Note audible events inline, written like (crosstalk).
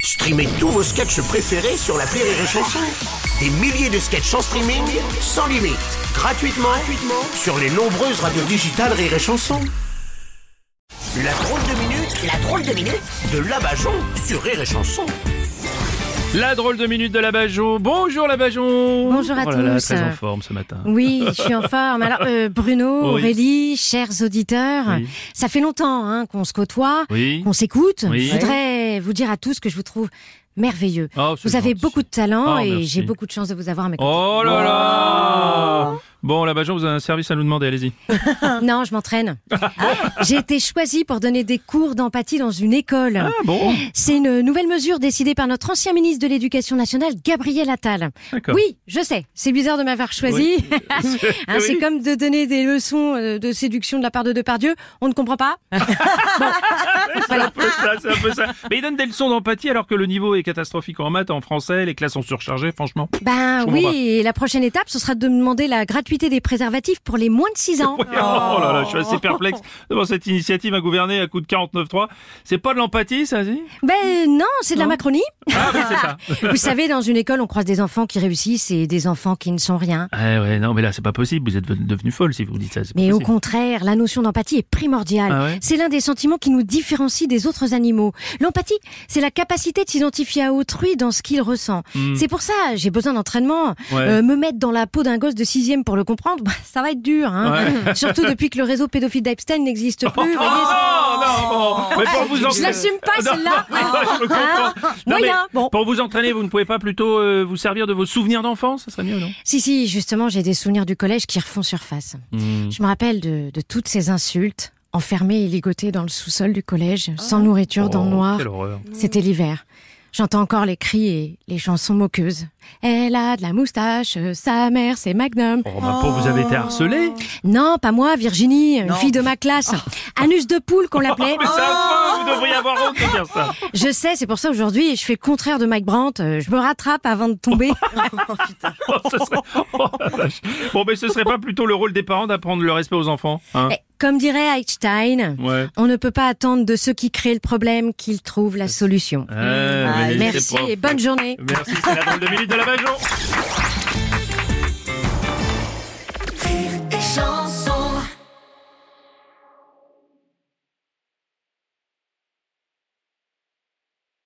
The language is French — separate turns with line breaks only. Streamez tous vos sketchs préférés sur la Rire et Chanson. Des milliers de sketchs en streaming, sans limite, gratuitement, gratuitement sur les nombreuses radios digitales Rire et Chanson. La drôle de minute, la drôle de minute de Labajon sur Rire et Chanson.
La drôle de minute de la Bajon. Bonjour la Bajon.
Bonjour à
oh là là,
tous.
très en forme ce matin.
Oui, je suis en forme. Alors, euh, Bruno,
Oui.
Aurélie, chers auditeurs,
Oui.
ça fait longtemps hein, qu'on se côtoie,
Oui.
qu'on s'écoute.
Oui.
Je voudrais vous dire à tous que je vous trouve merveilleux.
Oh, c'est
vous avez
gentil.
beaucoup de
Oh,
talent et
merci.
j'ai beaucoup de chance de vous avoir à mes côtés.
Oh là là.
Oh.
Bon, la Bajon, vous avez un service à nous demander. Allez-y. Oh.
Non,
(laughs)
je m'entraîne. J'ai été choisie pour donner des cours d'empathie dans une école.
Ah (laughs) bon.
C'est une nouvelle mesure décidée par notre ancien ministre de l'Éducation nationale, Gabriel Attal.
D'accord.
Oui, je sais, c'est bizarre de m'avoir choisi. (laughs) Hein, C'est
Ah Oui.
comme de donner des leçons euh, de séduction de la part de Depardieu. On ne comprend pas.
Hein C'est un peu ça, c'est un peu ça. Mais il donne des leçons d'empathie alors que le niveau est catastrophique en maths, en français, les classes sont surchargées, franchement.
Ben
Je comprends
oui,
pas.
et la prochaine étape, ce sera de demander la gratuité des préservatifs pour les moins de 6
(laughs)
ans.
Oh là là, je suis assez perplexe devant cette initiative à gouverner à coup de 49.3. C'est pas de l'empathie, ça, si
Ben non, c'est de la
Non.
Macronie.
Ah oui, c'est ça.
(laughs) Vous savez, dans une école, on croise des enfants qui réussissent et des enfants qui ne sont rien.
Ouais, Eh ouais, non, mais là, c'est pas possible. Vous êtes devenu folle si vous dites ça. c'est pas
Eh Mais au
possible.
contraire, la notion d'empathie est primordiale.
Ah ouais
c'est l'un des sentiments qui nous différencie des autres animaux. L'empathie, c'est la capacité de s'identifier à autrui dans ce qu'il ressent. C'est pour ça, j'ai besoin d'entraînement.
Hmm. Ouais.
Euh, me mettre dans la peau d'un gosse de sixième pour le comprendre, bah, ça va être dur. Hein. (laughs) Surtout depuis que le réseau pédophile d'Epstein n'existe plus.
(laughs)
vous voyez, Ah,
Oh, non, bon. Mais pour vous
Je l'assume pas,
Ah, Non, (laughs)
celle-là. Hein
mais moi, je comprends. Non, mais
Moyen, bon.
Pour vous entraîner, vous ne pouvez pas plutôt euh, vous servir de vos souvenirs d'enfance Ça serait mieux, non
Si, si, justement, j'ai des souvenirs du collège qui refont surface.
Mm.
Je me rappelle de, de toutes ces insultes, enfermées et ligotées dans le sous-sol du collège, sans nourriture, dans le noir.
Oh, Quelle horreur.
C'était l'hiver. J'entends encore les cris et les chansons moqueuses. Elle a de la moustache, sa mère c'est Magnum.
Oh, ma pauvre, vous avez été harcelé
Oh. Non, pas moi, Virginie, une fille de ma classe. Anus de poule
(laughs)
qu'on l'appelait.
Oh, Mais c'est affreux, vous devriez avoir honte de dire ça.
Je sais, c'est pour ça aujourd'hui, je fais le contraire de Mike Brandt. euh, Je me rattrape avant de
(laughs)
tomber.
Oh, ce serait- oh, la vache. Bon, mais ce serait pas plutôt le rôle des parents d'apprendre le respect aux enfants hein
Mais Comme dirait Einstein,
Ouais.
on ne peut pas attendre de ceux qui créent le problème qu'ils trouvent la solution.
Euh, mais
Ah, Merci
c'est pas-
et bonne journée.
Merci, c'est la drôle de minute de la Bajon.
Rire et chanson.